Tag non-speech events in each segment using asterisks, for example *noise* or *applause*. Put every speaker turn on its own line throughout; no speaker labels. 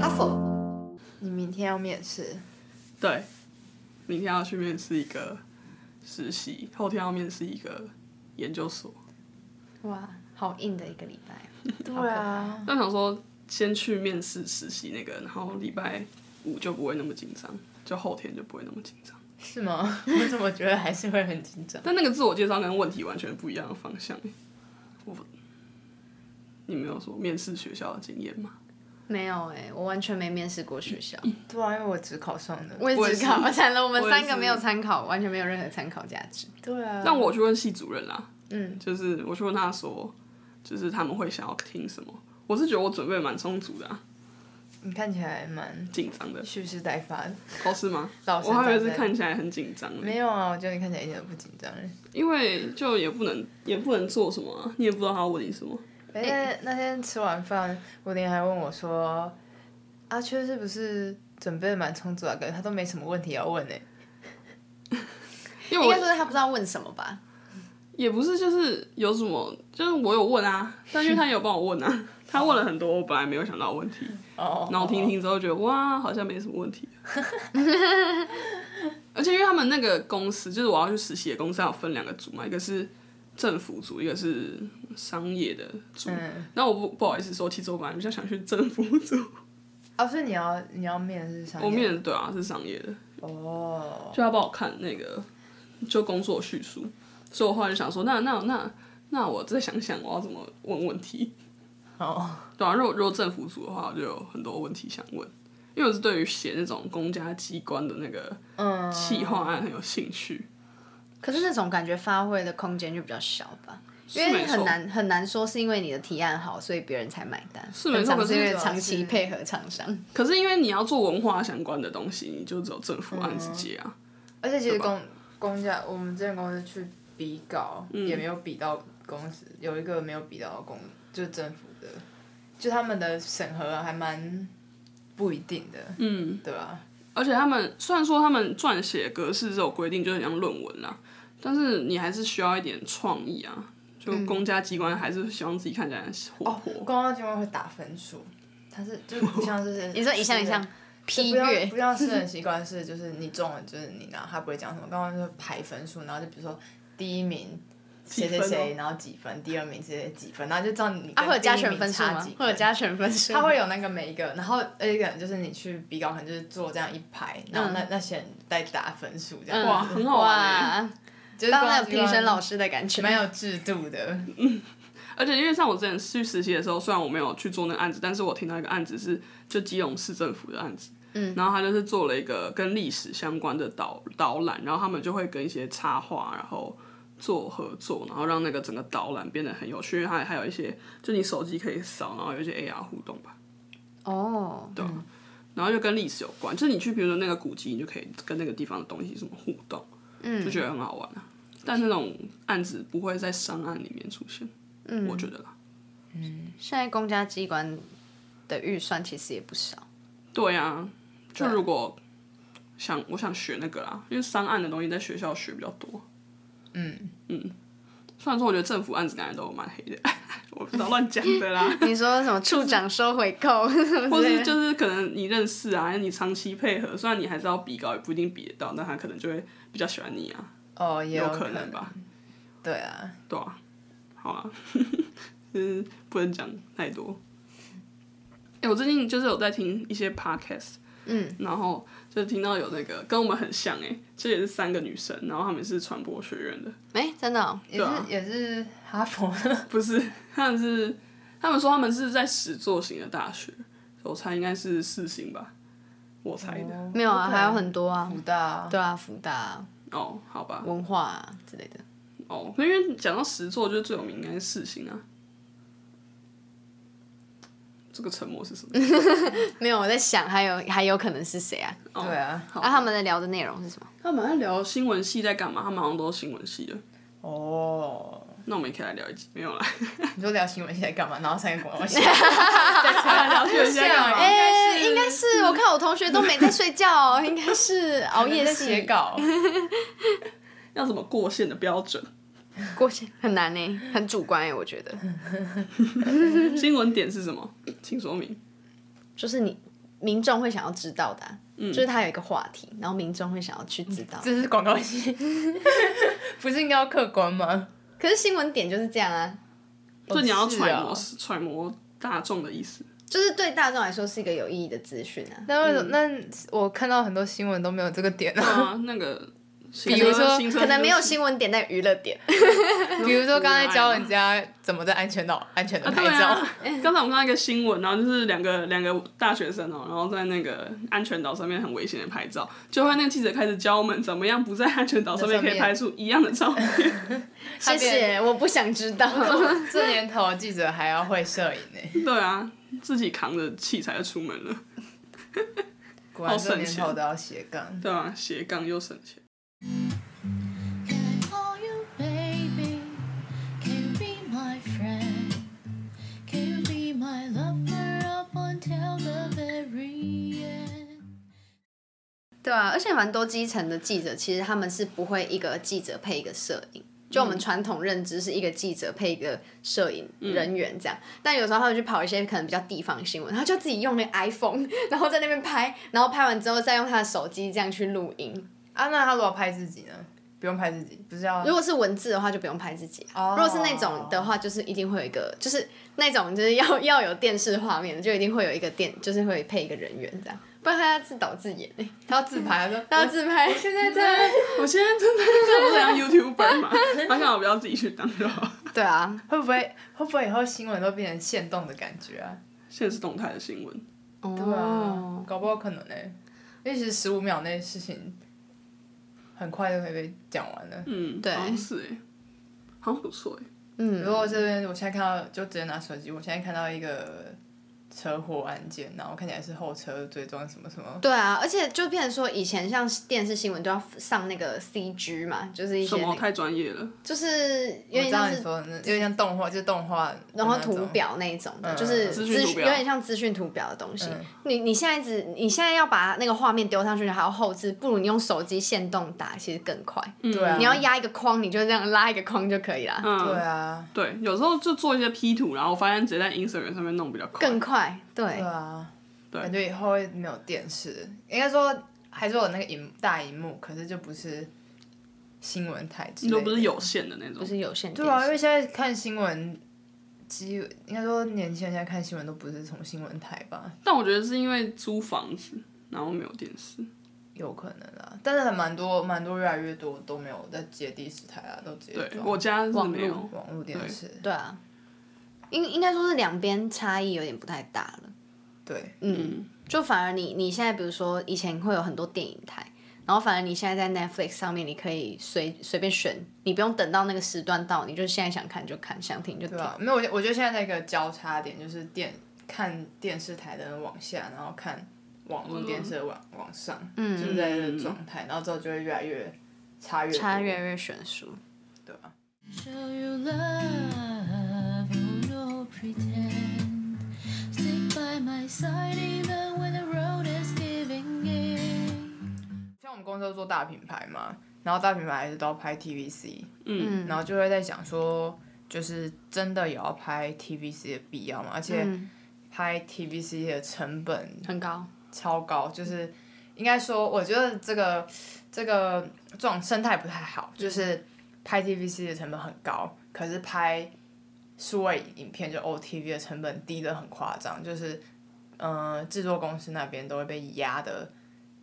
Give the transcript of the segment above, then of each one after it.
阿否，你明天要面试，
对，明天要去面试一个实习，后天要面试一个研究所。
哇，好硬的一个礼拜哦。好
对
可
啊
怕，
但想说先去面试实习那个，然后礼拜五就不会那么紧张，就后天就不会那么紧张。
是吗？ *laughs* 我怎么觉得还是会很紧张？
但那个自我介绍跟问题完全不一样的方向。欸我，你没有说面试学校的经验吗？
没有哎、我完全没面试过学校，
对啊，因为我只考上的。
我
我也
也
是
只考，嗯我惨了，我们
我也是
三个没有参考，完全没有任何参考价值。
对啊，
但我去问系主任啦，
嗯，
就是我去问他说，就是他们会想要听什么。我是觉得我准备蛮充足的、啊，
你看起来蛮
紧张的，
蓄势待发的。
哦是吗？
老师
我还以为是
长得
看起来很紧张的，欸
没有啊，我觉得你看起来一点都不紧张。
因为就也不能也不能做什么、啊，你也不知道他要问你什么。
哎那天那天吃完饭，吴林还问我说：“阿缺是不是准备的蛮充足啊？感觉他都没什么问题要问呢、欸
应
因为我
该说他不知道问什么吧？
也不是就是有什么，就是我有问啊，但因为他也有帮我问啊， *laughs* 他问了很多我本来没有想到的问题，
哦，
然后听听之后觉得哇，好像没什么问题。啊 *laughs* 而且因为他们那个公司，就是我要去实习的公司，它有分两个组嘛，一个是政府组，一个是商业的组。
嗯，
那我不不好意思说，其实我本来比较想去政府
*laughs*
组，
哦，所以你要你要面试上，
我面啊的对啊是商业的，
哦，
就他帮我看那个就工作叙述，所以我后来就想说，那那那那我再想想我要怎么问问题。
哦，
对啊，如果如果政府组的话，我就有很多问题想问，因为我是对于写那种公家机关的那个
嗯，
企划案很有兴趣，
可是那种感觉发挥的空间就比较小吧，因
是
为
没错
很。难很难说是因为你的提案好，所以别人才买单。
是没错
通常
可是
是因为
主要
长期
是
配合厂商。
可是因为你要做文化相关的东西，你就只有政府案子接啊。
而且其实
对吧
公公家，我们之前公司去比稿、
嗯
也没有比到公司，有一个没有比到公，就政府的，就他们的审核还蛮不一定的，
嗯，
对吧、
而且他们虽然说他们撰写格式这种规定就很像论文啦，但是你还是需要一点创意啊。就公家机关还是希望自己看起来很活
哦
泼。，
公安机关会打分数，它是就不像是
*laughs* 你说一项一项批
不像
阅
不，像私人习惯是就是你中了就是你拿，他不会讲什么。刚刚就排分数，然后就比如说第一名谁谁
分哦
谁，然后几分，第二名谁谁几分，然后就知道你
啊，
跟
会有加
第一
权
名
分数
差
吗
几？
会有
分
加权分数吗？
他会有那个每一个，然后而且可能就是你去比稿，可能就是做这样一排，然后那、那些人在打分数这样，
哇，很好玩欸、
哇，
就是
当那个评审老
师
师的感觉。
蛮
啊
有制度的，
而且因为像我之前去实习的时候，虽然我没有去做那个案子，但是我听到一个案子是就基隆市政府的案子，嗯，然后他就是做了一个跟历史相关的导导览，然后他们就会跟一些插画，然后做合作，然后让那个整个导览变得很有趣，因为它还有一些就你手机可以扫，然后有一些 AR 互动吧，
哦，对，
然后就跟历史有关，就是你去比如说那个古迹，你就可以跟那个地方的东西什么互动，嗯，就觉得很好玩啊。但那种案子不会在商案里面出现，嗯，我觉得啦。
现在公家机关的预算其实也不少。。
对啊，就如果想我想学那个啦，因为商案的东西在学校学比较多。
嗯，
虽然说我觉得政府案子感觉都蛮黑的， *laughs* 我不知道乱讲的啦 *laughs*
你说什么处长收回 *laughs* 扣，
或
或
是就是可能你认识啊，你长期配合，虽然你还是要比稿，也不一定比得到，但他可能就会比较喜欢你啊，
哦，也
有
可
可能，吧？
对啊，
对啊，好啊， *laughs* 就是不能讲太多。哎、我最近就是有在听一些 podcast，
嗯，
然后就听到有那个跟我们很像哎、这也是三个女生，然后她们是传播学院的，
哎，真的哦，
也是、
啊
也是哈佛的，
不是， *laughs* 她们是，她们说她们是在实作型的大学，我猜应该是四星吧，我猜的。
没有啊，
OK
还有很多啊
福，大 *laughs* 啊，
对啊，福大啊
哦，好吧，
文化啊之类的。
哦，因为讲到实作，就是最有名应该是四星啊。这个沉默是什么？
没有，我在想还有还有可能是谁啊？
哦
对啊
好
啊，他们在聊的内容是什么？
他们在聊新闻系在干嘛？他们好像都是新闻系的，
哦，
那我们也可以来聊一集，没有啦。 *laughs*
你说聊新闻系在干嘛？然后三个广 *laughs* 告系，
聊新闻系在干嘛？
哎，应该是我看我同学都没在睡觉哦，应该是 *laughs* 熬夜
在
系
写稿，
要怎么过线的标 *laughs* 准？
过去很难呢，很主观哎，我觉得。
新闻点是什么？请说明。
就是你民众会想要知道的啊、就是它有一个话题，然后民众会想要去知道。
这是广告 *laughs* 系，不是应该要客观吗？
可是新闻点就是这样啊，
所以你要
是
揣
哦
摩、揣摩大众的意 *laughs* 思。
就是对大众来说是一个有意义的资讯啊。
那为什么？那我看到很多新闻都没有这个点啊。
啊，那个行车，
比如说
行车
可能没有
就是
新闻点，但娱乐点。
比如说刚才教人家怎么在安全岛安全的拍
对
照，
啊， *laughs* 刚才我们看到一个新闻，然后就是两个两个大学生哦、然后在那个安全岛上面很危险的拍照，就会那个记者开始教我们怎么样不在安全岛上面可以拍出一样的照片。
谢谢，我不想知道。
这年头记者还要会摄影呢、
对啊，自己扛着器材就出门了，
果然
好
这
省
年头都要斜杠。
对啊，斜杠又省钱。
And all you, baby, can you be my friend? Can you be my lover up until the very end?
*laughs* 对啊，而且蛮多基层的记者，其实他们是不会一个记者配一个摄影。就我们传统认知是一个记者配一个摄影人员这样，但有时候他们去跑一些可能比较地方新闻，他就自己用那个 iPhone，然后在那边拍，然后拍完之后再用他的手机这样去录音。
啊，那他如果拍自己呢？不用拍自己，不是要
如果是文字的话，就不用拍自己、啊
哦
如果是那种的话，就是一定会有一个，就是那种就是要 *laughs* 要有电视画面的，就一定会有一个电，就是会配一个人员这样，不然他要自导自演、欸，
他要自拍，他说
他要自拍。现在在
我现在真的想不想 YouTuber 嘛？他看我不要自己去当就好。
*laughs* 对啊，
会不会会不会以后新闻都变成限动的感觉啊？
现实动态的新闻，
*laughs* 对啊
哦，
搞不好可能呢、因为其实十五秒内事情很快就可以被讲完了。
嗯，
对
好像是哎、好像不错哎、
嗯
如果这边我现在看到，就直接拿手机，我现在看到一个车祸案件，然后看起来是后车追撞什么什么，
对啊，而且就变成说，以前像电视新闻都要上那个 CG 嘛，就是一些
什
那
么
个、
太专业了，
就是有
我
点
知
像
道你
是
说的那有点像动画，就是动画的那
然
种，
后图表那一种的，就是
资
资
讯
讯
图表
有点像资讯图表的东西。
嗯
你你现在只你现在要把那个画面丢上去，还要后置，不如你用手机现动打，其实更快。
对啊，
你要压一个框，你就这样拉一个框就可以啦，
嗯，
对啊，
对，有时候就做一些 P 图，然后我发现直接在 Instagram 上面弄比较快。
更快。对
对，啊，
对
感觉以后会没有电视，应该说还是有那个荧大荧幕，可是就不是新闻台之类
都
的，
不是有限的那种
不。是有线电
对啊，因
视。
为现在看新闻，基应该说年轻人现在看新闻都不是从新闻台吧，
但我觉得是因为租房子，然后没有电视。
有可能啊，但是还蛮多蛮多，越来越多都没有在接第四台啊，都直接
对，
装
我家是没有。
网络电视，
对啊，应应该说是两边差异有点不太大了。
对，
嗯，
就反而你你现在比如说以前会有很多电影台，然后反而你现在在 Netflix 上面，你可以随随便选，你不用等到那个时段到，你就现在想看就看，想听就听
对。啊，没有，我觉得我觉得现在在一个交叉点，就是电看电视台的人往下，然后看网络电视的往、往上，嗯，就是在这个状态，然后之后就会越来越差越多
差越来越悬殊，
对吧、
Show you love, oh no pretend. Stick by my side even when the road is giving in.
像我们公司都做大品牌嘛，然后大品牌还是都要拍 TVC，
嗯
然后就会在想说，就是真的有要拍 TVC 的必要吗？而且拍 TVC 的成本
很高。
超高，就是应该说，我觉得这个这个这种生态不太好，就是拍 TVC 的成本很高，可是拍数位影片就 OTV 的成本低的很夸张，就是呃制作公司那边都会被压的，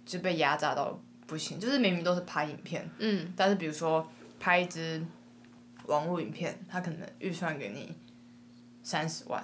就被压榨到不行，就是明明都是拍影片，
嗯，
但是比如说拍一支网络影片，它可能预算给你三十万。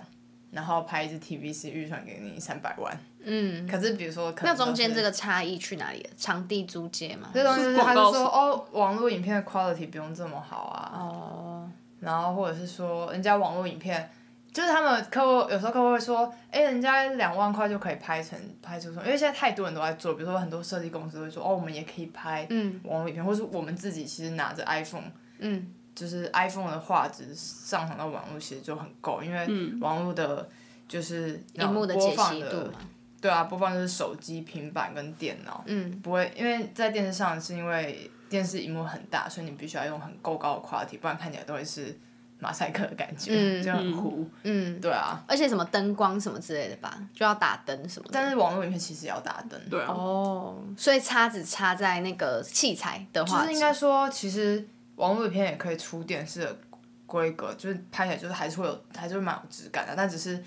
然后拍一支 TVC 预算给你三百万，
嗯，
可是比如说，可
那
能都
中间
是
这个差异去哪里了？场地租借嘛？
这东西
是
是
广
他
告
就说
是
哦，网络影片的 quality 不用这么好啊，
哦，
然后或者是说人家网络影片。就是他们客户有时候客户会说，哎、人家两万块就可以拍成拍出什么？因为现在太多人都在做，比如说很多设计公司会说，哦，我们也可以拍
嗯
网络影片，或是我们自己其实拿着 iPhone，
嗯，
就是 iPhone 的画质上传到网络其实就很够，因为网络的就是那
荧
种
嗯幕的
播
解
放
析
的
度嘛，
对啊，播放就是手机、平板跟电脑，
嗯，
不会，因为在电视上是因为电视荧幕很大，所以你必须要用很够高的 quality，不然看起来都会是马赛克的感觉，
嗯
就很糊。
嗯，
对啊，
而且什么灯光什么之类的吧，就要打灯什么的。
但是网络影片其实也要打灯。
对啊，
哦，所以插只插在那个器材的
就
话，
是应该说，其实网络影片也可以出电视的规格，就是拍起来就是还是会有，还是会蛮有质感的。但只是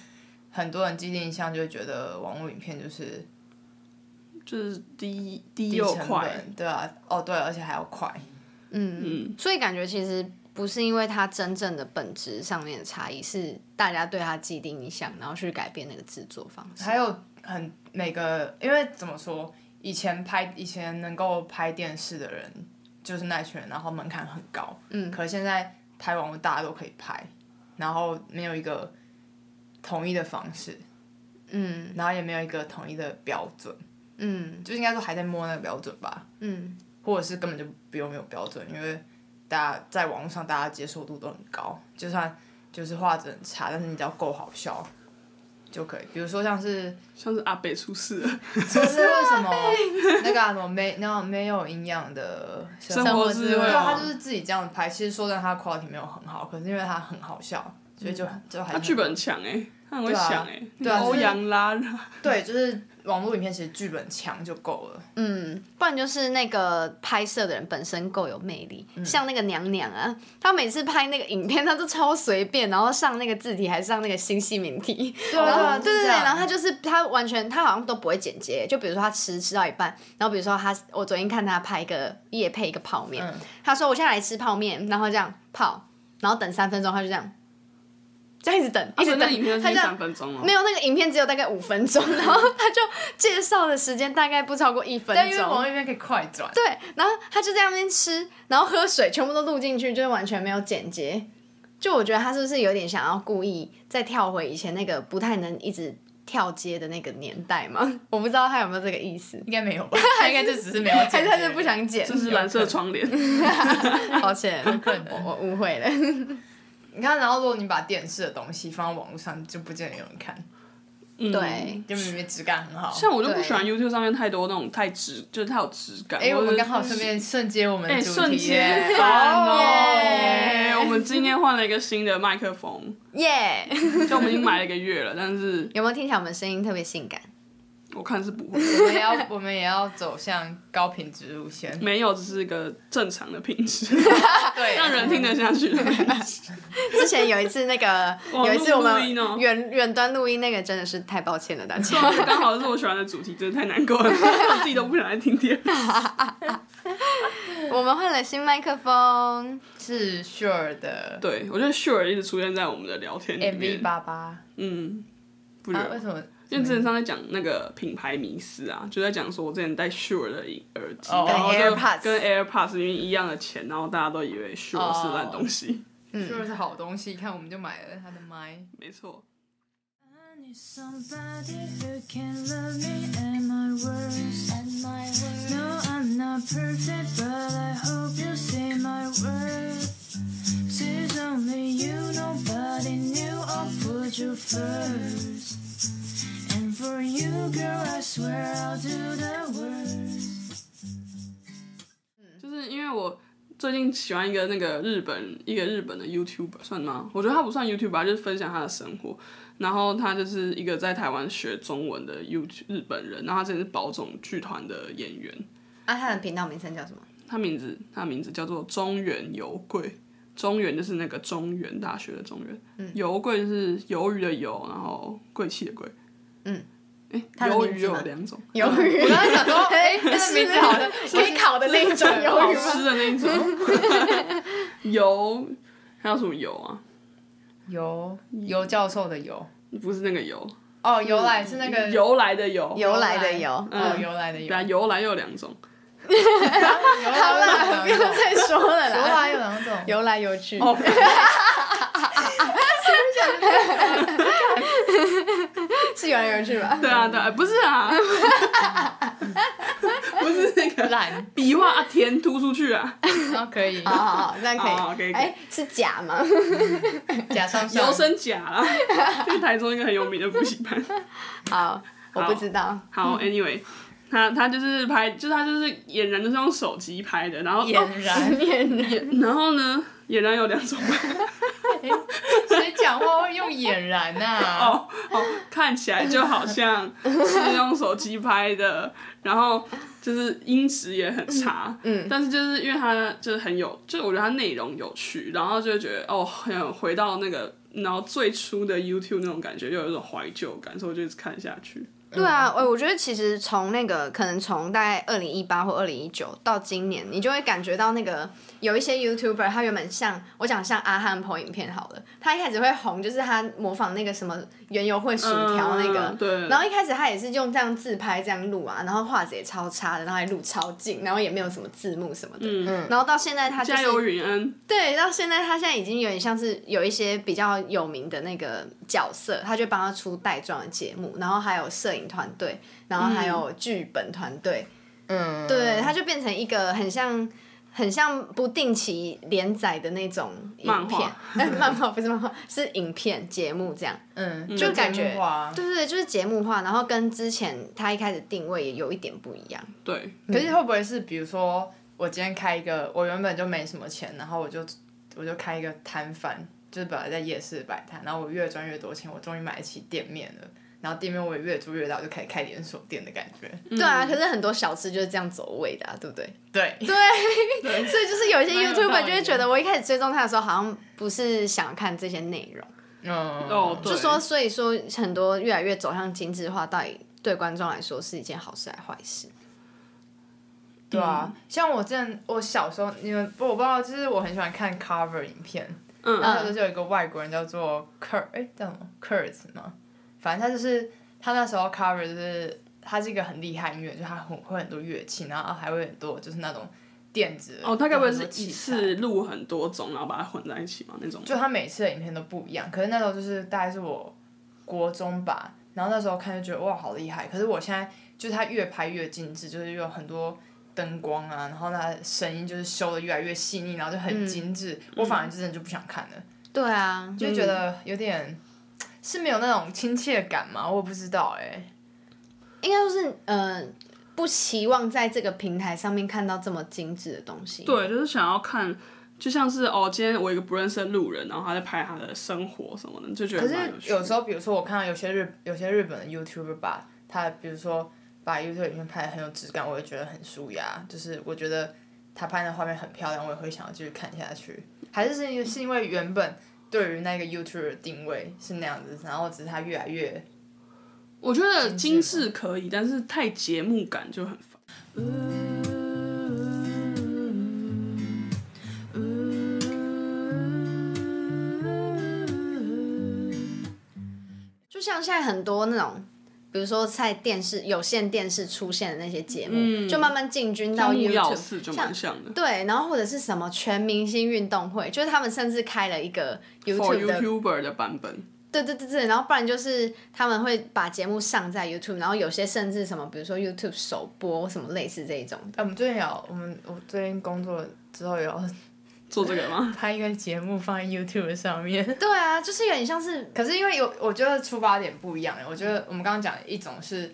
很多人既定印象就会觉得网络影片就是
就是低低
低
又
成
快，
本，对啊，哦对，而且还要快。
嗯，所以感觉其实不是因为它真正的本质上面的差异，是大家对它既定印象，然后去改变那个制作方式。
还有很每个，因为怎么说，以前拍以前能够拍电视的人就是那一群人，然后门槛很高，嗯，可是现在拍网络大家都可以拍，然后没有一个统一的方式，
嗯
然后也没有一个统一的标准，
嗯
就是应该说还在摸那个标准吧，
嗯，
或者是根本就不用没有标准，因为大家在网络上大家接受度都很高，就算就是画质很差，但是你只要够好笑就可以，比如说像是。 *laughs*
像是阿北出事了，
就是为什么那个啊什么没那种没有营养的生
生活
活
智
慧，
慧
对，
啊
他就是自己这样拍。其实说真的，他的 quality 没有很好，可是因为他很好笑，所以就很就还
他剧本强哎、他很会
对啊
想哎、
对啊
欧
就是
阳拉拉，
对，就是网络影片其实剧本强就够了。
嗯，不然就是那个拍摄的人本身够有魅力，
嗯
像那个娘娘啊，她每次拍那个影片，她都超随便，然后上那个字体还上那个新细明体，
对啊
然后
对
对
啊
对
是
对，
这样
然后她就是她完全她好像都不会剪接，就比如说她吃吃到一半，然后比如说她我昨天看她拍一个夜配一个泡面，
嗯
她说我现在来吃泡面，然后这样泡，然后等三分钟，她就这样。这样一直等，
啊
一
而
直
且
等，
那影片
她
是
这样
三分钟哦
没，有那个影片只有大概五分钟， *laughs* 然后他就介绍的时间大概不超过一分
但因为网
钟
络。影片可以快转，
对，然后他就在那边吃，然后喝水，全部都录进去，就是完全没有剪接。就我觉得他是不是有点想要故意再跳回以前那个不太能一直跳接的那个年代嘛？ *laughs* 我不知道他有没有这个意思，
应该没有吧？他应该就只是没 *laughs* 有剪
还
接，
是他是不想剪
这？是蓝色窗帘，
抱 *laughs* 歉，
可能
我我误会了。嗯
你看，然后如果你把电视的东西放到网络上，就不见得有人看，
嗯。
对，
就明明质感很好。
像我就不
对
喜欢 YouTube 上面太多那种太直，就是太有质感。
哎、
或
我
者
们
是
刚好顺便瞬接我们
哎
的主
瞬
题耶，
间赞
好耶
哦！我们今天换了一个新的麦克风，
耶、 *laughs*
就我们已经买了一个月了，但是
有没有听起来我们声音特别性感？
我看是不会，
我们也要我们也要走向高品质路线。
没有，只是一个正常的品质， *laughs*
对，
让人听得下去的品质。
之前有一次那个
*laughs* 网络
有一次我
录
们
音哦
远远端录音那个真的是太抱歉了大
这
家。
种 *laughs* 刚好是我喜欢的主题，真的太难过了， *laughs* 我自己都不想再听第二次。
我们换了新麦克风，
是 Sure 的
对，我觉得 Sure 一直出现在我们的聊天里
MV
面。
八八，
嗯，不
啊
然，
为什么？
因为之前上在讲那个品牌迷思啊，就在讲说我之前戴 Sure 的耳机，
哦
然后就
跟 AirPods 哦
跟 AirPods 因为一样的钱，然后大家都以为 Sure 是烂东西。 *laughs*
Sure 是好东西，看我们就买了他的麦。
没错，
I need somebody who can love me and my worst. And my worst. No, I'm not perfect, but I hope you see my worth. Tis only you, nobody knew I put you first. And for you, girl, I swear I'll do the worst.
就是因为我最近喜欢一个那个日本一个日本的 YouTuber 算吗？我觉得他不算 YouTuber，他就是分享他的生活。然后他就是一个在台湾学中文的 You 日本人，然后他之前是宝冢剧团的演员。
啊，他的频道名称叫什么？
他名字，他名字叫做中原油贵。中原就是那个中原大学的中原，油贵就是鱿鱼的鱿，然后贵气的贵。
嗯，
诶，
他的
鱿
名
鱼
字
有
吗
两种，
*laughs* 鱿鱼。我刚才 *laughs* 想说，哎，这
个名字好像
可以烤的那一种鱿
好
鱼吗？
吃的那一种。
*laughs*
油还有什么油啊？
尤尤教授的尤，
不是那个油，
哦，由来是那个
由来的油。
由来的由。
哦，由来的由
对，啊，由来又有两种。
由 *laughs*
好
来
啦，不要
有两种，
*laughs* 再说了
由
啦。
来有两种。
由来有去。
哦，
*laughs* 是由来有去吧？
对啊，对啊，不是啊， *laughs* 不是那个 *laughs*
懒，
笔画啊，填突出去啊，
然后哦可以
好好好，这样
好好可
可
以
以。
可以
哎，是假吗？
假上上
油生甲啊，这是台中一个很有名的补习班。
好，我不知 *laughs* 道。
好，anyway，他他就是拍，就是他就是俨然就是用手机拍的，然后、
俨然，
面人
然后呢，俨然有两种拍，
谁讲话会用俨然呐、
*laughs* 哦哦，看起来就好像是用手机拍的，然后就是音质也很差，嗯，但是就是因为它就是很有，就是我觉得它内容有趣，然后就会觉得哦，很有回到那个。然后最初的 YouTube 那种感觉，就有一种怀旧感，所以我就一直看下去。
对啊，我我觉得其实从那个可能从大概二零一八或二零一九到今年，你就会感觉到那个有一些 YouTuber 他原本像我讲像阿汉跑影片好了，他一开始会红，就是他模仿那个什么原油会薯条那个，
嗯对
然后一开始他也是用这样自拍这样录啊，然后画质也超差的，然后还录超近，然后也没有什么字幕什么的，
嗯
然后到现在他啊就是
加油，云恩，
对，到现在他现在已经有点像是有一些比较有名的那个角色，他就帮他出带妆的节目，然后还有摄影团队，然后还有剧本团队，
嗯，
对，他就变成一个很像。很像不定期连载的那种
漫
影
画
片， *laughs* 哎，漫画不是漫画，是影片节目这样，
嗯，
就感
节
觉
目化，
对对对，就是节目化，然后跟之前他一开始定位也有一点不一样。
对，
可是会不会是比如说我今天开一个，我原本就没什么钱，然后我就我就开一个摊贩，就是本来在夜市摆摊，然后我越赚越多钱，我终于买得起店面了。然后店面我也越租越大，我就开始开连锁店的感觉。
嗯
对啊，可是很多小吃就是这样走位的、啊，对不对？
对，
所以就是有一些
蛮有道理
YouTuber
的
就会觉得，我一开始追踪他的时候，好像不是想看这些内容，
嗯，
哦，对，
就说所以说很多越来越走向精致化，到底对观众来说是一件好事还是坏事？
对啊，像我之前我小时候，你们不我不知道，就是我很喜欢看 cover 影片，
嗯
然后那时候就有一个外国人叫做 Cur，哎、叫什么 Kurz 吗？反正他就是他那时候 cover 就是他是一个很厉害音乐，就他很会很多乐器，然后还会很多就是那种电子
哦，他该不会是
很多器
一
材
次录很多种，然后把它混在一起嘛？那种
就他每次的影片都不一样，可是那时候就是大概是我国中吧，然后那时候看就觉得哇好厉害，可是我现在就是他越拍越精致，就是有很多灯光啊，然后那声音就是修的越来越细腻，然后就很精致，我反而就真的就不想看了，
对啊，
就觉得有点是没有那种亲切感嘛，我也不知道哎、
应该就是呃，不期望在这个平台上面看到这么精致的东西。
对，就是想要看，就像是哦，今天我有一个不认识的路人，然后他在拍他的生活什么的，就觉
可
得
是
蛮有趣的。
有时候，比如说我看到有些日有些日本的 YouTuber 把他，比如说把 YouTube 影片拍的很有质感，我也觉得很舒压。就是我觉得他拍的画面很漂亮，我也会想要继续看下去。还是是因为是因为原本对于那个 YouTuber 的定位是那样子，然后只是他越来越
我觉得精
精
致可以，但是太节目感就很烦。
就像现在很多那种，比如说在电视有线电视出现的那些节目，就慢慢进军到
嗯像木曜
YouTube，
四就
像
蛮像的。
对，然后或者是什么全明星运动会，就是他们甚至开了一个
For
YouTube 的，
哦 YouTuber 的版本，
对对对对，然后不然就是他们会把节目上在 YouTube，然后有些甚至什么，比如说 YouTube 首播什么类似这一种的。
哎、我们最近有我们我最近工作之后有
做这个吗？
拍一个节目放在 YouTube 上面，
对啊，就是有点像是
可是因为有，我觉得出发点不一
嗯
样欸。我觉得我们刚刚讲的一种是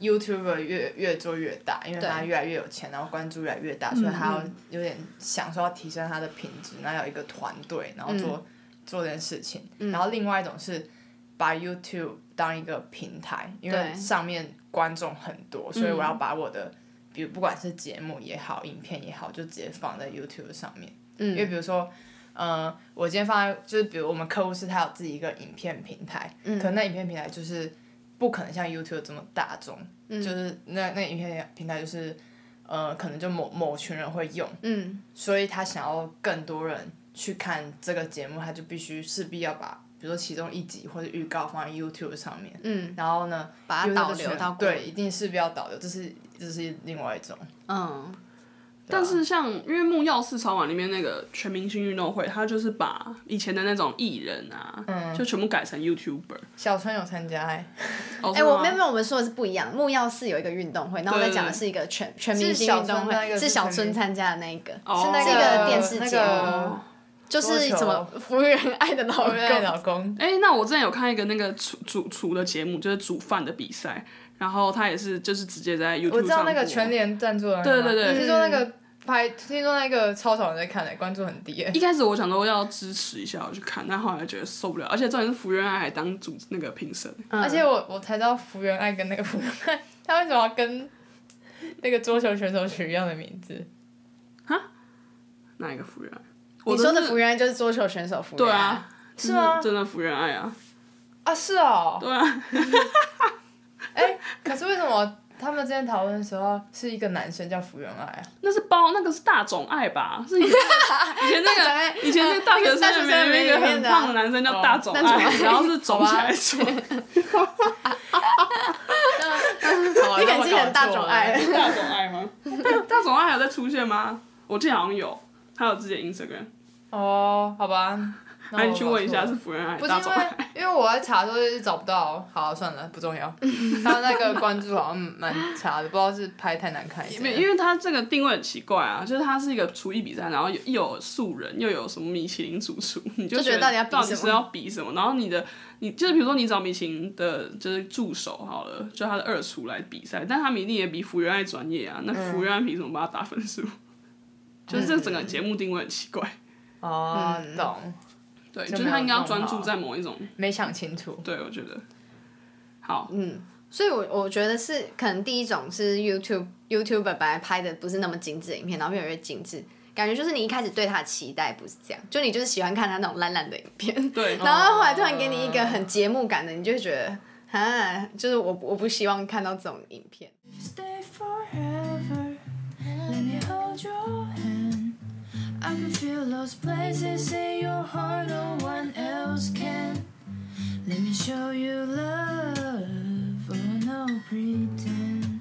YouTuber 越越做越大，因为
对嗯
他越来越有钱，然后关注越来越大，所以他要有点想说要提升他的品质，然后有一个团队，然后做、
嗯
做这件事情。然后另外一种是把 YouTube 当一个平台，因为
对嗯
上面观众很多，所以我要把我的。比如不管是节目也好，影片也好，就直接放在 YouTube 上面。因为比如说，呃，我今天放在就是比如我们客户是他有自己一个影片平台，
嗯
可能那影片平台就是不可能像 YouTube 这么大众，
嗯
就是那那影片平台就是呃，可能就某某群人会用，
嗯，
所以他想要更多人去看这个节目，他就必须势必要把。比如说其中一集或者预告放在 YouTube 上面，
嗯，
然后呢，
把它
YouTube
导
这群
流
人
到国
对，一定势必要导流，这是这是另外一种，
嗯，
但是像因为木曜四超玩里面那个全明星运动会，他就是把以前的那种艺人啊，就全部改成 YouTuber。
小川有参加、欸，
哦，
哎、
是
我
吗
没有没有，我们说的是不一样。木曜四有一个运动会，然后我在讲的是一个全全明星运动
是小村那
会，
个
是
是
小
全
春
明
参加的那一个，
哦
是那
这
个电视
那
节目，
个
就是什么服务员爱的老
我爱
公，
老公，
哎、那我之前有看一个那个厨煮厨的节目，就是煮饭的比赛，然后他也是就是直接在 YouTube 上
我知道那个
播
全联赞助的那个
对
吗，
对对
就是说那个拍，听说那个超少人在看的、关注很低、
*laughs*
欸
一。开始我想说要支持一下，我去看，但后来觉得受不了，而且重点是福原爱还当主那个评审，
嗯
而且我我才知道福原爱跟那个福原爱， *laughs* 他为什么要跟那个桌球选手取一样的名字？
哪一个福原爱？ *laughs* 我
你说的
真是
福原爱就是桌球选手福原
对
爱，
啊，
是吗？
真的福原爱啊，
啊，是哦。
对啊，
哎、可是为什么他们之前讨论的时候是一个男生叫福原爱啊？
那是包那个是大冢爱吧？是以前以前
大冢
那
爱
个以前那个大学
大学
生
生
里面有一
里
个
面
很
的啊
胖的男生叫大冢
大冢
爱
爱，
然后是肿起来说，
*laughs*
啊
你
你肯定很大冢爱。
大冢爱吗？ *laughs* 大冢爱还有在出现吗？我记得好像有，他有之前 Instagram，
哦，好吧。那
那
我
你去问一下
搞错
是
了
福原爱
不是
大
因
冢
为
*laughs* 爱。，
*laughs* 因为我在查的时候就是找不到，好算了，不
*laughs*
重要。他那个关注好像蛮差的，不知道是拍太难看一
没有
点。
因为他这个定位很奇怪啊，就是他是一个厨艺比赛，然后有又有素人，又有什么米其林主厨， *laughs* 你就
就觉得
到
到底要比
到底
什么
是要比什么？然后你的你就是比如说你找米其林的就是助手好了，就他的二厨来比赛，但他们一定也比福原爱专业啊，那福原爱凭什么帮他打分数？ *laughs* 就是这整个节目定位很奇怪，
哦，
嗯
懂，
对，
就
就
没有
是他应该要专
弄
注
好
在某一种，
没想清楚。
对我觉得好，
所以我，我觉得是可能第一种是 YouTube YouTuber 本来拍的不是那么精致的影片，然后越来越精致，感觉就是你一开始对他的期待不是这样，就你就是喜欢看他那种烂烂的影片，
对，哦
然后后来突然给你一个很节目感的，你就会觉得啊，就是我我不希望看到这种影片。
Stay forever. Let me hold your hand. I can feel those places in your heart no one else can. Let me show you love. Oh, no pretend.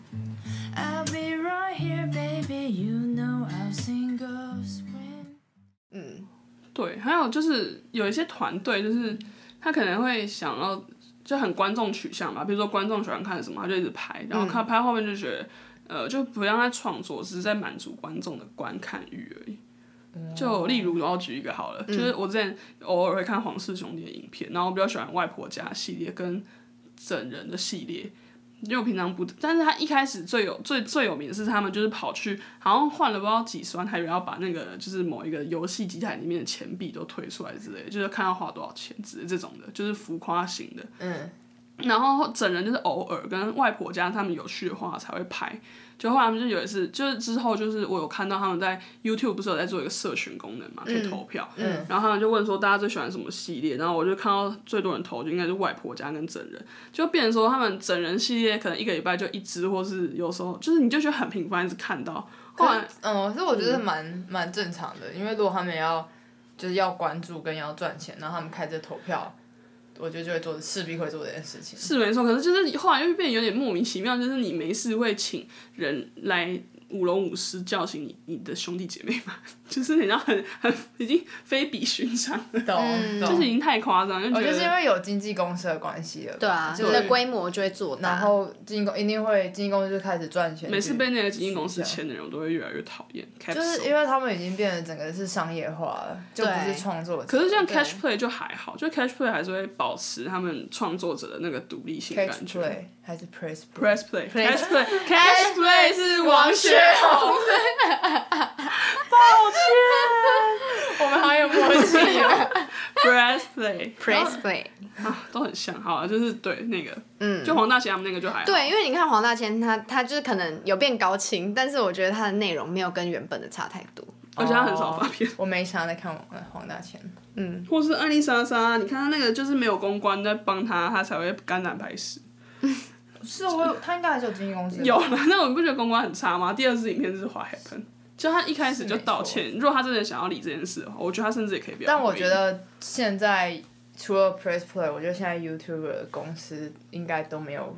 I'll be right here, baby. You know I'll sing ghost when.
对，还有就是有一些团队，就是他可能会想要就很观众取向吧，比如说观众喜欢看什么，他就一直拍，然后看拍后面就觉得，呃，就不让他创作，只是在满足观众的观看欲而已。就例如，我要举一个好了，就是我之前偶尔会看黄氏兄弟的影片，然后我比较喜欢外婆家系列跟整人的系列，因为我平常不，但是他一开始最有最最有名的是他们就是跑去，好像换了不知道几十万台元，要把那个就是某一个游戏机台里面的钱币都推出来之类的，就是看要花多少钱之类这种的，就是浮夸型的。
嗯，
然后整人就是偶尔跟外婆家他们有去的话才会拍。就后来他们就有一次，就是之后就是我有看到他们在 YouTube 不是有在做一个社群功能嘛，可以投票。
嗯
然后他们就问说大家最喜欢什么系列，然后我就看到最多人投就应该是外婆家跟整人，就变成说他们整人系列可能一个礼拜就一支，或是有时候就是你就觉得很频繁一直看到。后来
嗯，所以我觉得蛮蛮正常的，因为如果他们要就是要关注跟要赚钱，然后他们开这投票，我觉得就会做，势必会做这件事情。
是没错，可是就是后来又变得有点莫名其妙，就是你没事会请人来舞龙舞狮叫醒你你的兄弟姐妹嘛， *laughs* 就是你知道很很已经非比寻常了，
懂
嗯就是已
懂。
经太夸张，就
我
觉
觉
得
哦得是因为有经纪公司的关系了吧，
对啊，
就
你
是
的规模就会做大。
然后经纪公一定会经纪公司就开始赚钱去，
每次被那个经纪公
取
司
消
签的人，我都会越来越讨厌。就
嗯啊就是因为他们已经变得整个是商业化了，就不是
对
创作者。
可是像
对
Cash Play 就还好，就 Cash Play 还是会保持他们创作者的那个独立性感
Catch
觉。
Play 还是 Press
Press Play
Play？
Cash
*laughs*
Play Cash Play 是王雪红，
我们好有默契哦。
Press Play
Press Play，
啊都很像，好啊，就是对那个，
嗯
就黄大仙他们那个就还好。
对，因为你看黄大千他他就是可能有变高清，但是我觉得他的内容没有跟原本的差太多。
而且他很少发片。
我没啥在看黄黄大千，
哦 *laughs* 或是艾丽莎莎，你看她那个就是没有公关在帮她，她才会肝胆排石。
是啊我有他应该还是有经纪公司的
有 *laughs* 啦，那我们不觉得公关很差吗？第二支影片就是 What Happened，就她一开始就道歉。如果她真的想要理这件事的话，我觉得她甚至也可以不要回应。
但我觉得现在除了 Press Play，我觉得现在 YouTuber 的公司应该都没有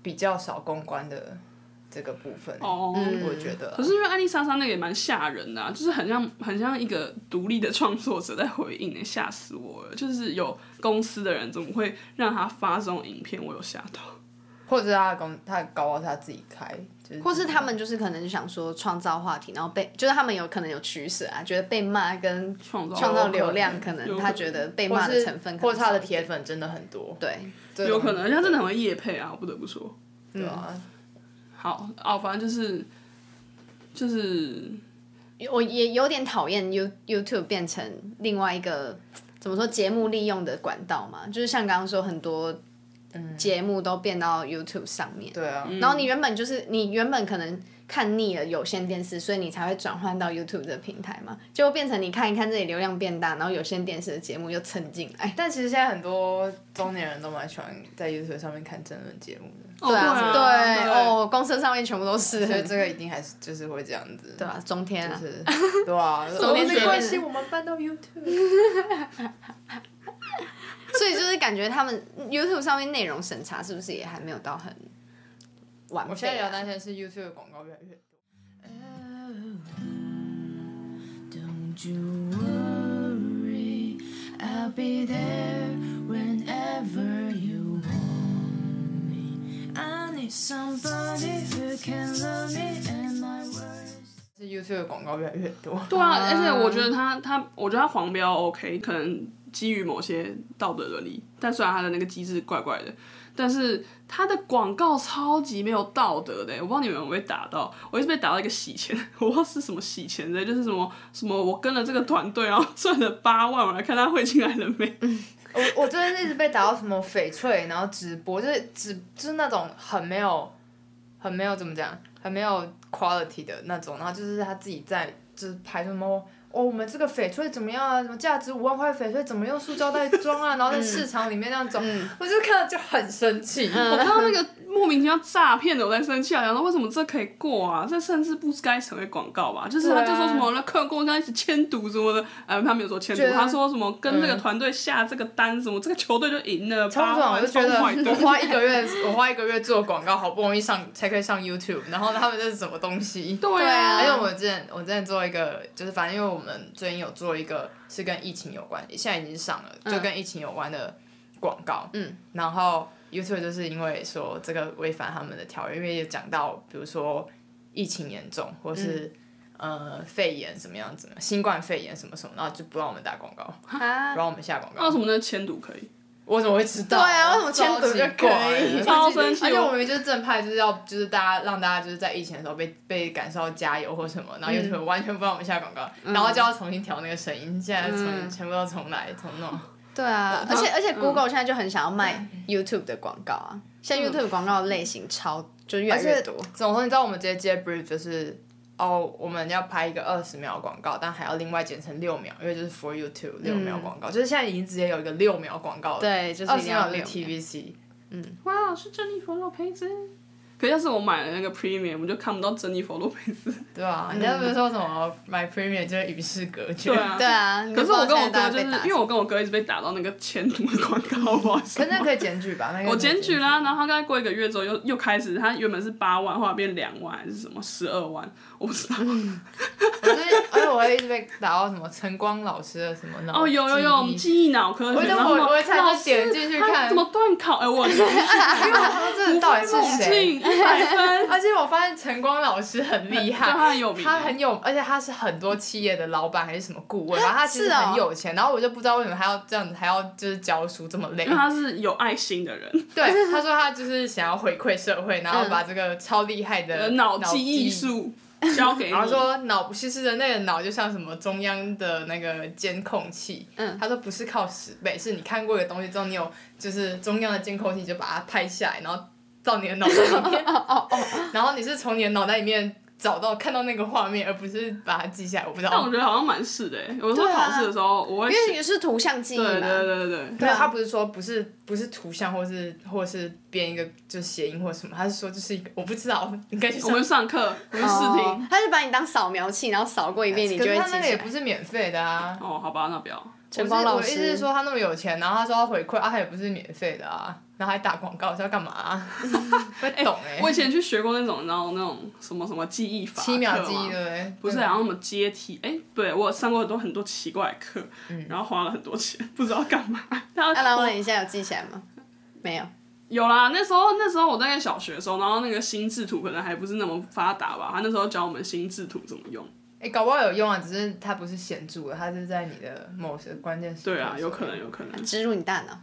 比较少公关的这个部分。
哦。
我觉得啊
可是因为艾丽莎莎那个也蛮吓人的、啊，就是很像很像一个独立的创作者在回应、欸，吓死我了！就是有公司的人怎么会让她发这种影片，我有吓到。
或者他的公他的高傲他自己开，就是
或是他们就是可能想说创造话题，然后被就是他们有可能有取舍啊，觉得被骂跟
创造
创造流量，
哦有
可
可能
能他觉得被
或
骂的
是
成分可能
或是他的
少一
铁
点
粉真的很多，
对，
这种
有可能人家真的很会夜配啊，我不得不说。
嗯
对啊，
好哦，反正就是就是
我也有点讨厌 You YouTube 变成另外一个怎么说节目利用的管道嘛，就是像刚刚说很多节目都变到 YouTube 上面，
嗯对啊，
嗯
然后你原本就是你原本可能看腻了有线电视，所以你才会转换到 YouTube 这个平台嘛，结果变成你看一看这里流量变大，然后有线电视的节目又蹭进来，
但其实现在很多中年人都蛮喜欢在 YouTube 上面看争论节目的，
对
啊，
对
哦，公车上面全部都是，
所以这个一定还是就是会这样子，
对
对
啊，中天啊，
是，对啊，
*laughs* 中间随
哦没
便
关系，我们搬
*laughs*
到 YouTube，
所以就是感觉他们嗯 YouTube 上面内容审查是不是也还没有到很完备、啊？
我现在比较担心的是 YouTube 的广告越来越多。
Don't you worry, I'll be there whenever you want me. I need somebody who can love me and my words.
是 YouTube 的广告越来越多，
对啊，而且我觉得他他，我觉得他黄标 OK，可能基于某些道德伦理，但虽然他的那个机制怪怪的，但是他的广告超级没有道德的欸，我不知道你们有没有被打到，我一直被打到一个洗钱， *laughs* 我不知道是什么洗钱的，就是什么什么，我跟了这个团队，然后赚了八万，我来看他汇进来了没，
我我最近一直被打到什么翡翠，然后直播就是直就是那种很没有很没有怎么讲，很没有 quality 的那种，然后就是他自己在就是拍什么哦，我们这个翡翠怎么样啊？什么价值五万块翡翠怎么用塑胶袋装啊？然后在市场里面那样走，我就看到就很生气。
我看到那个莫名其妙诈骗的，我在生气啊！然后为什么这可以过啊？这甚至不该成为广告吧？就是他
对啊
就说什么那客人跟我在一起签赌什么的，呃，他没有说签赌
觉，得嗯
他说什么跟这个团队下这个单什么，这个球队就赢了，
超
八
不爽！
万
我就觉得
冲坏队
我花一个月，我花一个月做广告，好不容易上才可以上 YouTube，然后他们这是什么东西？
对
而且
啊，
我之前我之前做一个，就是反正因为我们最近有做一个是跟疫情有关，现在已经上了，
嗯
就跟疫情有关的广告。
嗯，
然后 YouTube 就是因为说这个违反他们的条约，因为也讲到比如说疫情严重，或是、
嗯
呃肺炎怎么样怎么样，新冠肺炎什么什么，然后就不让我们打广告，
啊
不，让我们下广
那为
告。
什么那签赌可以？
我怎么会知道？
对啊为什么签赌就可以
超生气
而且
我
我们就是正派，就是要就是大家让大家就是在疫情的时候被被感受到加油或什么，
嗯
然后 YouTube 完全不让我们下广告，然后就要重新调那个声音，现在重、
嗯
全部都重来重弄。
对啊，而且而且 Google 现在就很想要卖 YouTube 的广告啊，现在 YouTube 广告类型超就越来越多，
总之，你知道我们直接接 brief 就是。哦我们要拍一个二十秒广告，但还要另外剪成六秒，因为就是 for YouTube 六秒广告，就是现在已经直接有一个六秒广告了。，
嗯对，就是
二
一
十
定要
秒的
六
TVC，
哇，是珍妮佛洛佩兹。可是要是我买了那个 Premium，我就看不到珍妮佛洛佩兹。
对啊，人家不是说什么买 Premium 就是与世隔绝？
对啊
嗯对啊，你
可
就是不知道
我
现
跟我
在
哥
大家
就
被
是，
打
因为我跟我哥一直被打到那个签赌的广告，啊不好意思
可是那可以检举吧？那个
我检举啦，然后他大概过一个月之后又又开始，他原本是八万，后来变两万还是什么十二万，我不
*laughs*
知道。
我最近，而且我会一直被打到什么晨光老师的什么脑
哦，有有有，
记忆
记忆脑科
我
学，
就
然后
我我
老
才
师
就点进去
他
看
怎么断考？哎，我
因为我想说这个到底
梦
是谁？
境一百分，
*laughs* 而且我发现晨光老师很厉
对他
害，
很有名，
他很有，而且他是很多企业的老板还是什么
*gasps*
顾问，然后他其实
是哦
很有钱，然后我就不知道为什么还要这样子，还要就是教书这么累
因为。他是有爱心的
*laughs*
人，
对，他说他就是想要回馈社会，然后
嗯
把这个超厉害的
呃脑记艺。术交给你
然。后说脑其实人类的脑就像什么中央的那个监控器，
嗯
他说不是靠十倍，是你看过一个东西之后，你有就是中央的监控器你就把它拍下来，然后到你的脑袋里 *laughs* 面，然后你是从你的脑袋里面找到看到那个画面，而不是把它记下来。我不知
但我
道，
觉得好像蛮是的，有时候
对啊
考试的时候我会
因
写，
为你是图像记忆
对对
嘛，
对对对，
没有，他不是说不是不是图像，或是或是编一个就谐音或什么，他是说就是一个我不知道，你可以去
我
上。
们上课我们试
哦
听，，
他就把你当扫描器，然后扫过一哎遍，你
可
就是会
他
记
那个
起
也
来
不。是免费的啊。
哦，好吧，那不要。
我
晨
是
光老
我的意思
师
是说他那么有钱，然后他说要回馈啊，他也不是免费的啊，然后还打广告是要干
*laughs*
嘛、啊？不懂哎、
我以前去学过那种，然后那种什么什么记忆法，
七秒记忆对不对？
啊
不是，啊然后什么阶梯，哎、对我有上过很多很多奇怪的课，
嗯
然后花了很多钱，不知道干
*laughs*
嘛。然
那
后
老
我
冷一下有记起来吗？没有，
有啦，那时候那时候我大概小学的时候，然后那个心智图可能还不是那么发达吧，他那时候教我们心智图怎么用。
哎、搞不好有用啊，只是它不是显著的，它是在你的某些关键时刻
对啊，
的时候
有可能，有可能。 *laughs*
植入你大脑。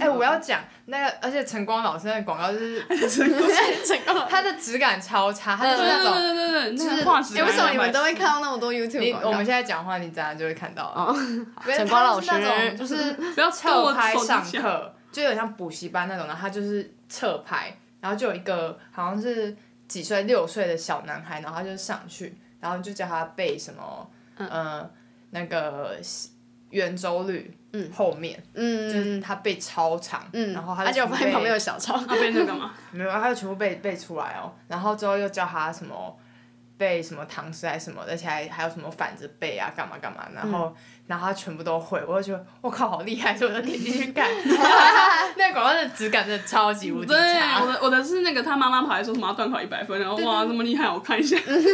哎、我要讲那个，而且晨光老师那个广告就是
成功 *laughs* 了。
它的质感超差，它就是那
对
种
对对对，
就
那
是
个画质
哎
感
为
240。
什么你们都会看到那么多
你
YouTube 广告？
我们现在讲话，你等下就会看到了。
哦，
没有
晨光老师
它是那种就是
不要跟
侧
我
拍
手
上
机讲
课，就有点像补习班那种，然后他就是侧拍，然后就有一个好像是几岁六岁的小男孩，然后他就上去，然后就叫他背什么，
嗯
呃，那个圆周率，嗯，后面就是
嗯
他背超长，
嗯，
然后他
而且我
全部
发现旁边有
背
小
*laughs*
超，
那边那
*laughs*
个嘛，
没有，他就全部背背出来哦，然后之后又叫他什么。背什么唐诗还是什么的，而且还还有什么反着背啊，干嘛干嘛，然
嗯
后、然后他全部都会，我就觉得我靠好厉害，所以我就点进去
*laughs*
看，那广告的质感真的超级无敌
对，我
差，
的我的是那个他妈妈跑来说什么要断考一百分，然后哇这么厉害，我看一下。
嗯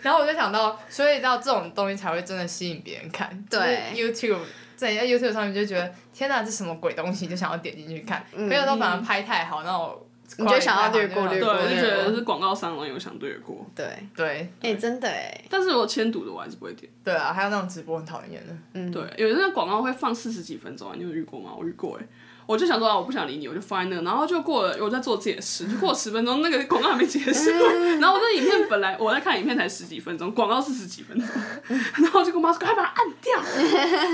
然后我就想到，所以到这种东西才会真的吸引别人看，
对
就是，YouTube 在在 YouTube 上面就觉得天哪，这什么鬼东西，就想要点进去看，可有时候反而拍太好，那我你
嗯就想要略过略
对，
过
我就
略
觉
过
得是广告商然有想对过，
对，
对
哎，真的哎，
但是我签赌的我还是不会点。
对啊，还有那种直播很讨厌的，
对，有的那个广告会放四十几分钟啊，你有遇过吗？我遇过哎、我就想说啊，我不想理你，我就放在那，然后就过了，我在做自己的事，就过了十分钟，那个广告还没结束， *laughs* 然后我这影片本来我在看影片才十几分钟，广告是十几分钟， *laughs* 然后我就跟我妈说快把它按掉，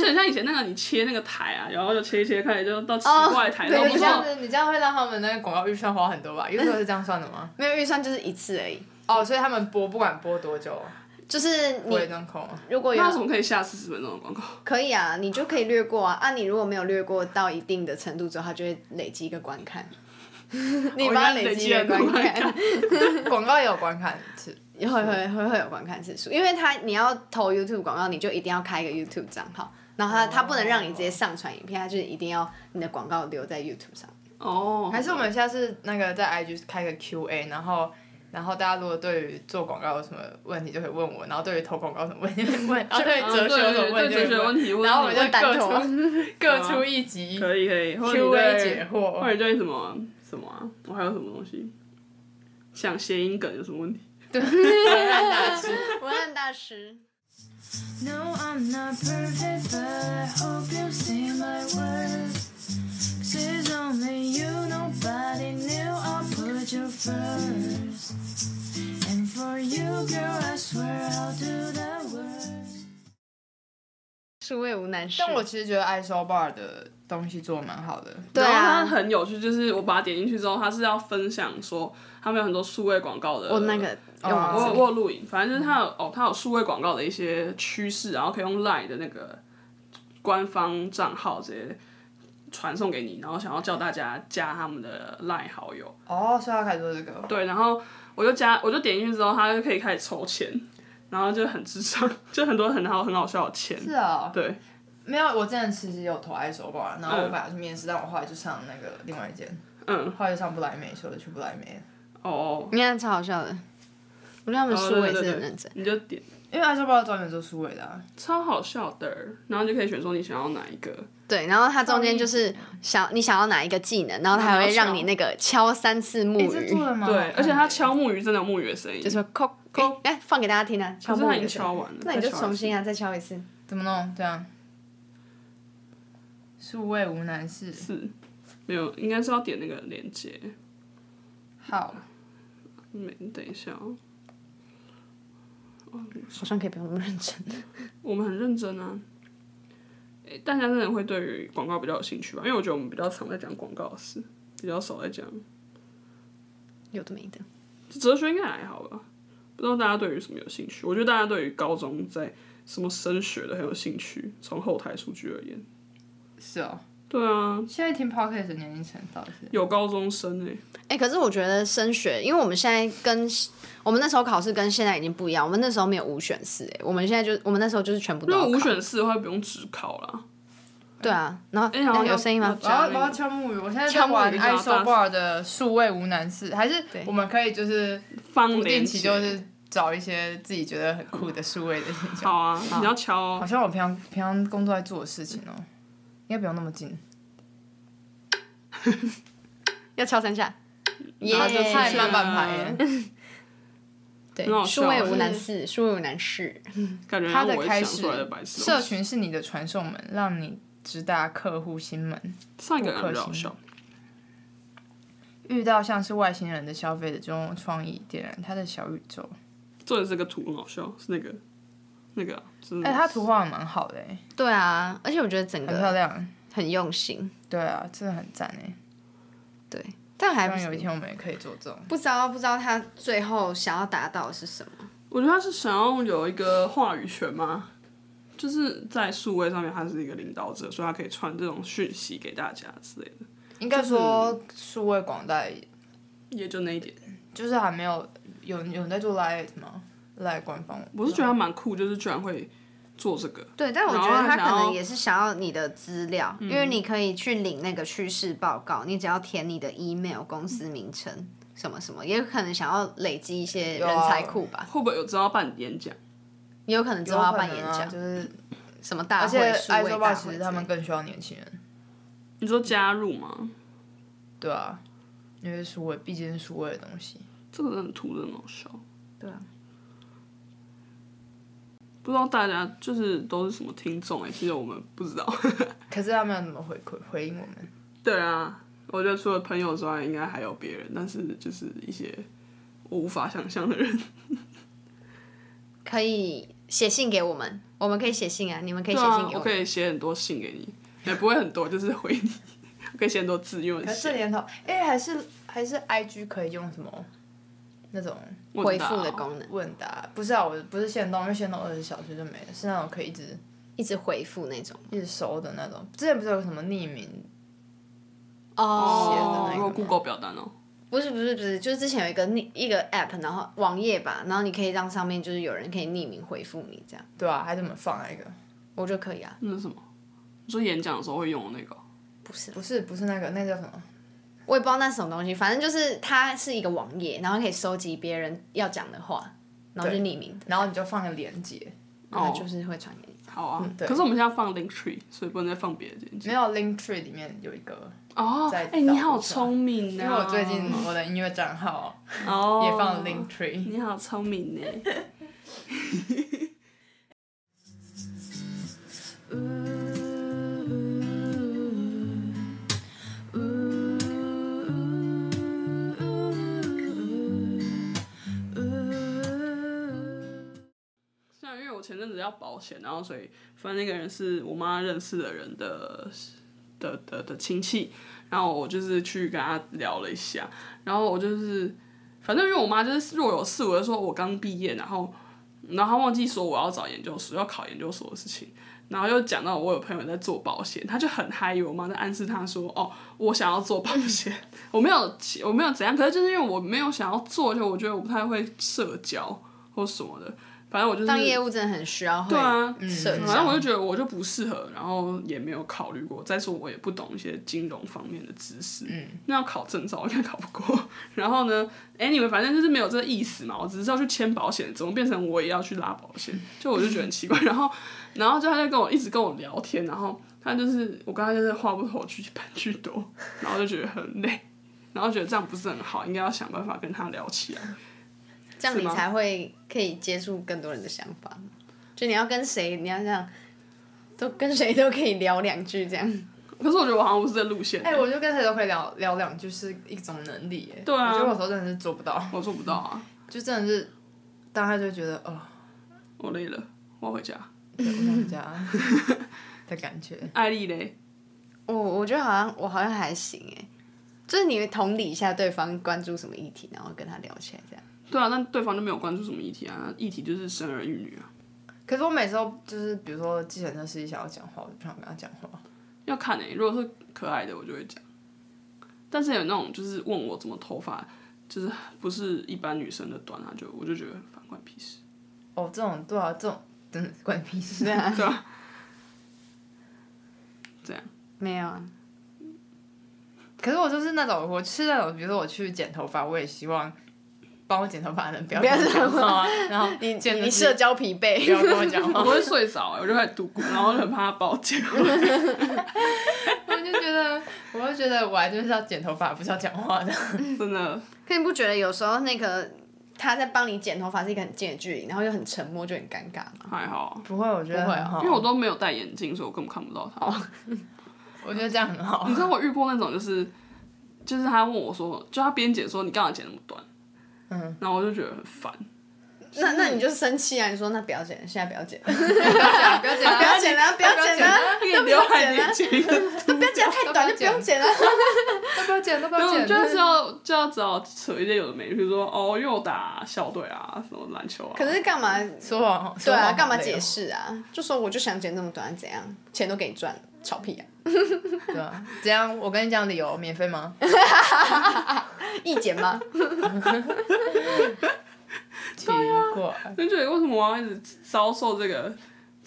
就很像以前那个你切那个台啊，然后就切一切，开始就到奇怪的台，然后
对
不知
你这
道
样子，你这样会让他们那个广告预算花很多吧？YouTube 是这样算的吗？
没有预算就是一次而已，
*laughs* 哦，所以他们播不管播多久，
就是
不
你
会弄空啊。
如果
那为
有
什么可以下四十分钟的广告？
可以啊，你就可以略过啊。啊，你如果没有略过到一定的程度之后，它就会累积一个观看。你
我
帮它
原来累
积一
积
个
了观
看
看，
广告也有观看次，
会会会会有观看次数，因为它你要投 YouTube 广告，你就一定要开一个 YouTube 账号，然后它
哦
它不能让你直接上传影片，它就是一定要你的广告留在 YouTube 上。
哦，
*laughs* 还是我们下次那个在 IG 开个 Q&A，然后然后大家如果对于做广告有什么问题就可以问我，然后对于投广告有什么问题就可以问，然后对于
嗯
哲学有什么问
对
题
对哲学问
题，
题，
然后我们就
问
各
蛋头
出各 *laughs* 出一集
可以可以或者你
Q&A
对
解
或者
*laughs* 惑。
你对什么什么啊？我还有什么东西？像谐音梗有什么问题？
文案大师
文案大师。
No, I'm not perfect, but I hope you see my worth. Cause only you, nobody knew I put you first. And for you, girl, I swear I'll do the worst.
数位无难事。
但我其实觉得 iso bar 的东西做得蛮好的，
对
然后它
啊，
很有趣，就是我把它点进去之后，它是要分享说他们有很多数位广告的。
我那个用
呃
哦
我有
完
我有录影，反正就是它有哦，它有数位广告的一些趋势，然后可以用 Line 的那个官方账号直接传送给你，然后想要叫大家加他们的 Line 好友。
哦，所以他开始做这个，
对，然后我就加，我就点进去之后，它就可以开始抽签，然后就很智障， *laughs* 就很多很好很好笑的签。
哦
是啊，
对，
没有，我之前其实有投 iso bar，然后我
嗯
本来去面试，但我后来就上那个另外一间，
嗯，
后来就上不来美，所以我就去不来美了。
哦，
你看超好笑的。我觉得他们
哦
数位
对
是
对
很
对
认真。
你就点，
因为 iso bar 专门做数位的、啊，
超好笑的，然后就可以选说你想要哪一个。
对，然后它中间就是想你想要哪一个技能，然后它还会让你那个敲三次木
你这做
鱼，
的吗？
对，而且他敲木鱼真的有木鱼的声音，
就
可是
说扣扣，哎，放给大家听啊，敲木
他已
鱼
经
的声
敲
音。
完了，
那你就
再敲一次
重新啊，再敲一次。
怎么弄？这样，数位无难事。
是，没有，应该是要点那个连接。
好，
没，等一下哦，
好像可以不用那么认真。
我们很认真啊。诶大家真的会对于广告比较有兴趣吧？因为我觉得我们比较常在讲广告的事，比较少在讲
有的没的，
哲学，应该还好吧？不知道大家对于什么有兴趣？我觉得大家对于高中在什么升学的很有兴趣。从后台数据而言，
是哦。
对啊，
现在听 podcast 的年龄层到底是？
有高中生欸诶。
哎、可是我觉得升学，因为我们现在跟我们那时候考试跟现在已经不一样，我们那时候没有五选四，哎，我们现在就我们那时候就是全部都
如
要
果
考
五选四的话，不用只考啦。
对啊，然后、
哎好像
有声音吗？
我要我要敲木鱼，我现在在
敲木鱼
玩
比较大
iso bar 的数位无难事，还是我们可以就是
方
不定
连
期
接
就是找一些自己觉得很酷的数位的现象。
好啊，你要敲
好
哦。
像我平常平常工作在做的事情哦，应该不用那么近。
要敲三下，耶、
然后就太慢半拍耶。
很好
对，
笑
数位
就
无
是
难事，数位无难事。
感觉
它的
我也
开
想
始
出来的白痴哦。
社群是你的传送门，让你直达客户心门。
上一个
不可
感觉好
行
笑，
遇到像是外星人的消费者，就用创意点燃他的小宇宙。
做的这个图很好笑，是那个那个、啊，是那
哎、
个
他图画蛮好的、欸，
对啊，而且我觉得整
很漂
个
亮。
很用心，
对啊，真的很赞哎、
对，但还
希望
不
有一天我们也可以做这种。
不知道不知道他最后想要达到的是什么。
我觉得他是想要有一个话语权吗？就是在数位上面，他是一个领导者，所以他可以传这种讯息给大家之类的，
应该说，数位广大
也就那一点。
就是还没有有有人在做 Lite 吗？Lite 官方，
我是觉得他蛮酷，就是居然会做这个。
对，但我
然
觉
后
得
他
他可
想要
能也是想要你的资料，因为你可以去领那个趋势报告，你只要填你的 email、公司名称什么什么，也有可能想要累积一些人才库吧，
会不会有知道办演讲？
也有可能之
有
后要办
可
演
能啊
讲，
就是
什么大
而且
会、数
爱
位
说
大
吧，
会
其
之
实
类
他们
的
更需要年轻人，
你说加入吗？
对啊，因为数位毕竟是数位的东西。
这个真的图真的好笑。
对啊，
不知道大家就是都是什么听众哎、其实我们不知道。
可是他们要怎么回馈回应我们？
对啊，我觉得除了朋友之外，应该还有别人，但是就是一些我无法想象的人。
可以写信给我们，我们可以写信啊，你们可以写
对
信
啊，
给
我
我
可
们。
以写很多信给你，也不会很多，就是回你。我可以写很多字，因为我
可是这
写
年头，哎、还是还是 IG 可以用什么那种
问
回
答
复的
哦
功能，
问答？不是啊，我不是限动，因为限动二十小时就没了，是那种可以一直
一直回复那种
一直收的那种。之前不是有什么匿名？
哦
写的那个
用 Google 表单哦，
不是不是不是，就是之前有一个匿一个 app，然后网页吧，然后你可以让上面就是有人可以匿名回复你这样，
对啊，还怎么放那个？
我就可以啊，
那是什么？你说演讲的时候会用的那个哦？
不是啊
不是不是那个，那叫什么？
我也不知道那是什么东西，反正就是它是一个网页，然后可以收集别人要讲的话，然后就匿名的，
然后你就放个链接，
然后就是会传给你。
好啊，
对
可是我们现在放 Link Tree，所以不能再放别的简介
没有 Linktree 里面有一个，
哦。
在
哎、你
导
好
入上
聪明啊！
因为我最近我的音乐账号
哦
也放了 Linktree。
你好聪明呢。虽然因为我前阵子要保险，然后所以反正那个人是我妈认识的人的的的的亲戚，然后我就是去跟他聊了一下，然后我就是反正因为我妈就是若有事，我就说我刚毕业，然后然后她忘记说我要找研究所，要考研究所的事情，然后又讲到我有朋友在做保险，她就很嗨，以为我妈在暗示她说哦，我想要做保险，我没有我没有怎样，可是就是因为我没有想要做，就我觉得我不太会社交或什么的，反正我就是
当业务真的很需要会
对啊，
社
反正
交
我就，觉得我就不适合，然后也没有考虑过。再说我也不懂一些金融方面的知识，
嗯，
那要考证照我应该考不过。然后呢，anyway，反正就是没有这个意思嘛，我只是要去签保险，怎么变成我也要去拉保险？就我就觉得很奇怪。然 *laughs* 后，然后就他在跟我一直跟我聊天，然后他就是我跟他就是话不投机半句多，然后就觉得很累，然后觉得这样不是很好，应该要想办法跟他聊起来。
这样你
是吗
才会可以接触更多人的想法。就你要跟谁，你要这样，都跟谁都可以聊两句这样。
可是我觉得我好像不是这路线、欸
哎、我就跟谁都可以聊聊两句，是一种能力耶。
对啊
我觉得有时候真的是做不到，
我做不到啊，
就真的是，当下就觉得哦，
我累了，我要回家。
对我想回 *laughs* 家的感觉。
艾丽嘞，
我我觉得好像我好像还行哎，就是你会同理一下对方关注什么议题，然后跟他聊起来这样。
对啊，但对方就没有关注什么议题啊，议题就是生儿育女啊。
可是我每次都就是，比如说计程车司机想要讲话，我就不想跟他讲话。
要看诶、如果是可爱的，我就会讲。但是有那种就是问我怎么头发，就是不是一般女生的短啊，就我就觉得反关屁事。
哦，这种对啊，这种真的是关你屁事。
对啊，
对啊，这样
没有啊，
可是我就是那种，我是那种，比如说我去剪头发，我也希望帮我剪头发的人不要
不要
跟我讲
讲
话，然后
你
剪
你
的
你
是
社交疲惫，
不要跟我讲
*laughs* 哦
我
话，
会睡着、欸，我就开始独孤，然后就很怕他把我剪回来。
我就觉得，我就觉得我还就是要剪头发，不是要讲话的。
真的，
可你不觉得有时候那个他在帮你剪头发是一个很近的距离，然后又很沉默，就很尴尬嘛。
还好，
不会，我觉得
不会啊
很好，
因为我都没有戴眼镜，所以我根本看不到他。
我觉得这样很好
你。知道我遇过那种就是，就是他问我说，就他编剪说你干嘛剪那么短？嗯，然后我就觉得很烦，
那那你就生气啊！你说那不要剪，现在不要剪， *laughs* 不
啊不要剪，不
要剪啊 *laughs* 了，不要剪了，
因为刘海年轻，
都不要剪啊太短，就不用剪了。啊
都不要剪，都不
然
要
后
剪，
就是要就要找扯一些有的没的，比如说哦，因为我打校队啊，什么篮球啊。
*laughs* 可是干嘛？
说谎，哦
对
对
啊，干嘛解？释啊？就说我就想剪这么短，怎样？钱都给你赚了，吵屁啊！
对啊，这样我跟你讲理由，免费吗？
意见吗？
奇怪，
就觉得为什么我要一直遭受这个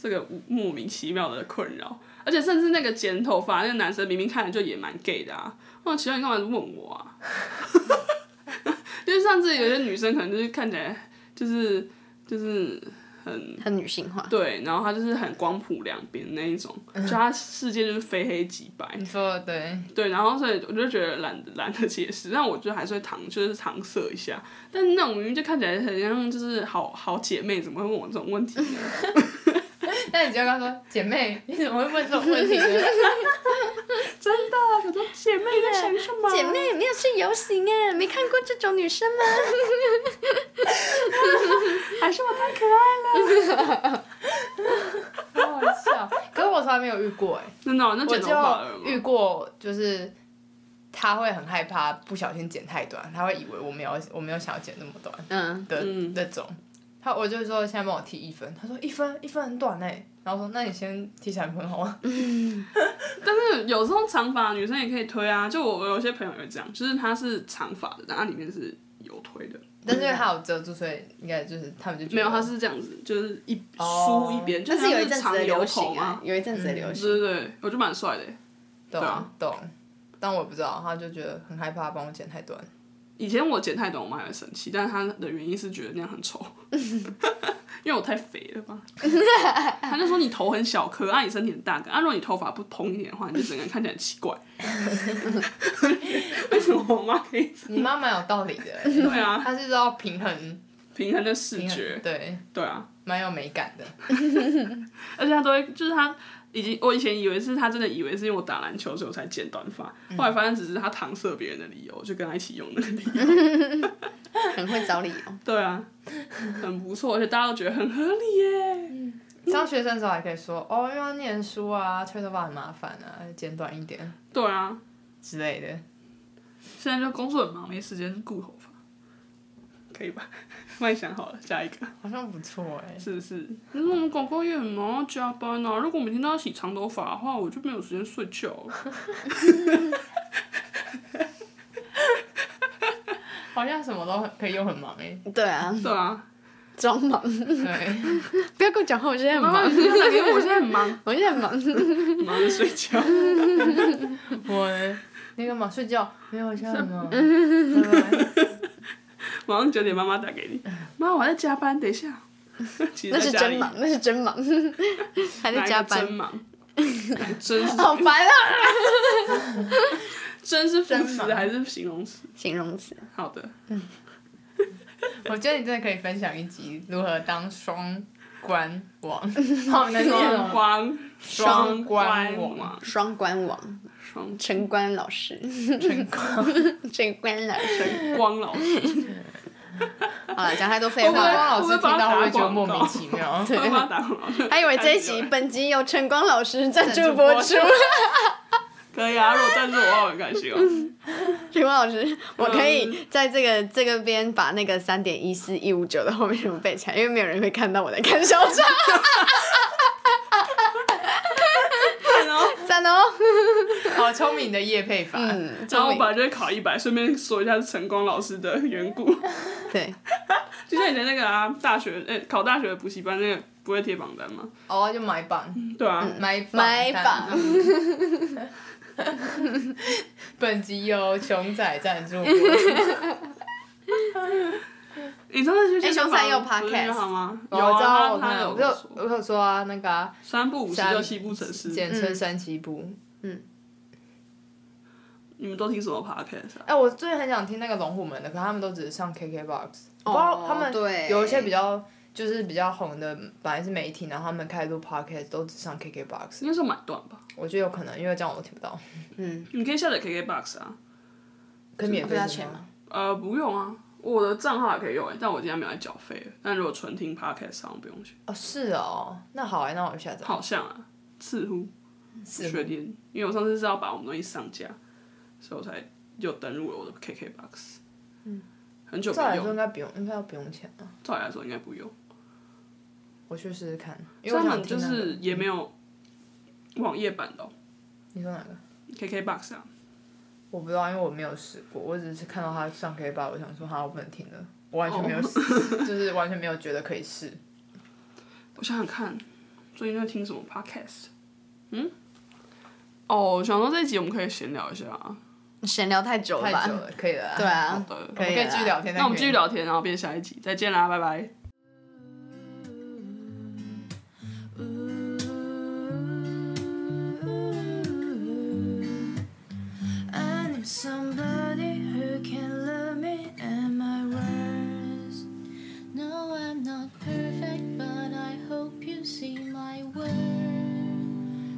这个莫名其妙的困扰？而且甚至那个剪头发那个男生明明看着就也蛮 gay 的啊，我想奇怪你干嘛问我啊？ *laughs* 因为上次有些女生可能就是看起来就是就是
*laughs*
很
很女性化。
对，然后她就是很光谱两边那一种，
嗯
就她世界就是非黑即白，
你说的对，
对，然后所以我就觉得懒得懒得解释，但我觉得还是会搪，就是搪塞一下。但那种明明就看起来很像就是好好姐妹，怎么会问我这种问题呢？ *laughs*
那你就跟他说，姐妹，你怎么会问这种问题呢？
真的，我说姐妹在想什么？
姐妹没有去游行哎，没看过这种女生吗？
还是我太可爱了。
好好笑，可是我从来没有遇过哎，
真的哦、那
我
剪头发了
就遇
吗？
过，就是他会很害怕不小心剪太短，他会以为我没有我没有想要剪那么短
*laughs* *laughs* 嗯，
的、
嗯
那种。他我就说现在帮我剃一分，他说一分一分很短哎，然后我说那你先剃三分好吗？
但是有时候长发女生也可以推啊，就我我有些朋友也会这样，就是她是长发的，但她里面是有推的，
但是因为他有遮住，所以应该就是他们就觉得
没有，她是这样子，就是一
哦
梳一边，就
但是有一阵子
长
的
油
流
头
行啊嗯
嘛，。
有一阵子的流
对
行。
对对，我就蛮帅的耶。欸
懂
对啊
懂，但我也不知道，他就觉得很害怕帮我剪太短。
以前我剪太短，我妈也会生气，但是她的原因是觉得那样很
*laughs*
丑，因为我太肥了吧。她就说你头很小颗，啊你身体很大个，啊如果你头发不蓬一点的话，你就整个人看起来很奇
*laughs*
怪。为什么我妈可以这样？
*laughs* 你妈蛮有道理的欸， *laughs*
对啊，
她是要平衡
平衡的视
平衡，
觉，
对，
对啊，
蛮有美感的。
而且她都会，就是她已经，我以前以为是她真的以为是因为我打篮球所以我才剪短发，
嗯
后来发现只是她搪塞别人的理由，就跟她一起用那个理由。
很会找理哦 *laughs* 由。
对啊，很不错，而且大家都觉得很合理耶。
上学生的时候还可以说哦，因为要念书啊，吹头发很麻烦啊，剪短一点
对啊，
之类的。
现在就工作很忙，没时间顾头发，可以吧？ *laughs* 万想好了，下一个
好像不错哎、
是不是？可是我们广告业很忙，要加班啊。如果每天都要洗长头发的话，我就没有时间睡觉了。
好像什么都很可以又很忙哎、
对啊，
对啊，
装忙。哦
对，
不要跟我讲话，我现在很
妈妈，
忙
你，不要打给啊我，我现在很忙，
我现在很忙。
忙着睡 *laughs* 觉。
*laughs* 我呢那个嘛睡觉没有像什 *laughs* 么，拜拜
晚上九点，妈妈打给你，妈，我在加班，等一下。其实
*laughs* 那
在
是
家里
真忙，那是真 *laughs* 忙，还在加
哪一个
班
真，
*laughs*
忙，真是
好烦啊！
真是副
真
词
忙
还是形容词？
形容词，
好的，
我觉得你真的可以分享一集如何当双关王，
*laughs*
好难念
双
哦。
关，
双
嗯关
关网，
双关王
双
陈关老师，
成功。
*laughs* 陈关老师。
光老师。
好了，讲太多废
陈光
话，
老师听到会不会觉得莫名其
*laughs*
妙。 *laughs*
我帮他打广告。
还以为这一
哦
集本集由陈光老师赞助播
播
*laughs* 出。
可以啊，如果赞助我，我很
*laughs*
开心
嗯
哦。
陈光老师，我可以在这个这个边把那个三点一四一五九的后面全部背起来，因为没有人会看到我在看小张。
赞哦！
赞哦，
好哦聪明的叶配法，
嗯，
然后
终
我
于
本来就会考一百，顺便说一下是晨光老师的缘故。 *laughs*
对，
就像以前那个啊，大学诶、考大学的补习班那个不会贴榜单吗？
哦，就买榜，
对啊，
嗯
买
买榜
单。 *laughs* 本集由熊仔赞助，我
你上次去健身
哎诶熊仔有
房不是
podcast
约好吗？ *laughs* 有
知道，
啊，
哦我
他他有
有，我
跟我
有
说
我有说啊，那个啊
三不五十嗯
三
就七步成诗，
简称三七步，
你们都听什么 podcast 啊？
哎、我最近很想听那个龙虎门的，可他们都只是上 KKBOX，不知道他们
哦对
有一些比较就是比较红的，本来是媒体，然后他们开始录 podcast 都只上 KKBOX，
应该是买断吧。
我觉得有可能，因为这样我听不到，
你可以下载 KKBox 啊，
可以免费
要
听
钱
吗
吗？？
呃，不用啊，我的账号也可以用哎、但我今天没有来缴费了。但如果纯听 podcast 好像不用钱，
哦，是哦，那好哎、那我下载。
好像啊，似乎
是
确定，因为我上次是要把我们东西上架，所以我才又登录了我的 KKBox。嗯，很久
照
没
理来说应
用，
该不用，应该要不用钱啊。
照理来说应该不用。
我去试试看，因为
专
我
门就
想听那个
是也没有网页版的、哦、
你说哪个？
KKBox 啊，
我不知道，因为我没有试过，我只是看到他上 K 吧，我想说哈，我不能听了，我完全没
哦
有试，就是完全没有觉得可以试。
我想想看，最近在听什么 podcast？嗯，哦，我想说这一集我们可以闲聊一下啊。
闲聊太久了
太
吧
久？了，可以了啊。
对
好
啊，
的，
可以了啊，可以继续聊天。
那我们继续。聊天，然后变下一集，再见啦，拜拜。
I need somebody who can love me at my worst. No, I'm not perfect, but I hope you see my worth.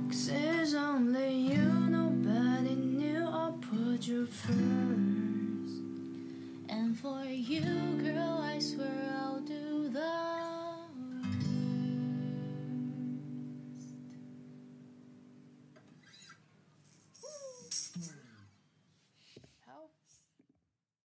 Cause it's only you, nobody knew I put you first. And for you, girl,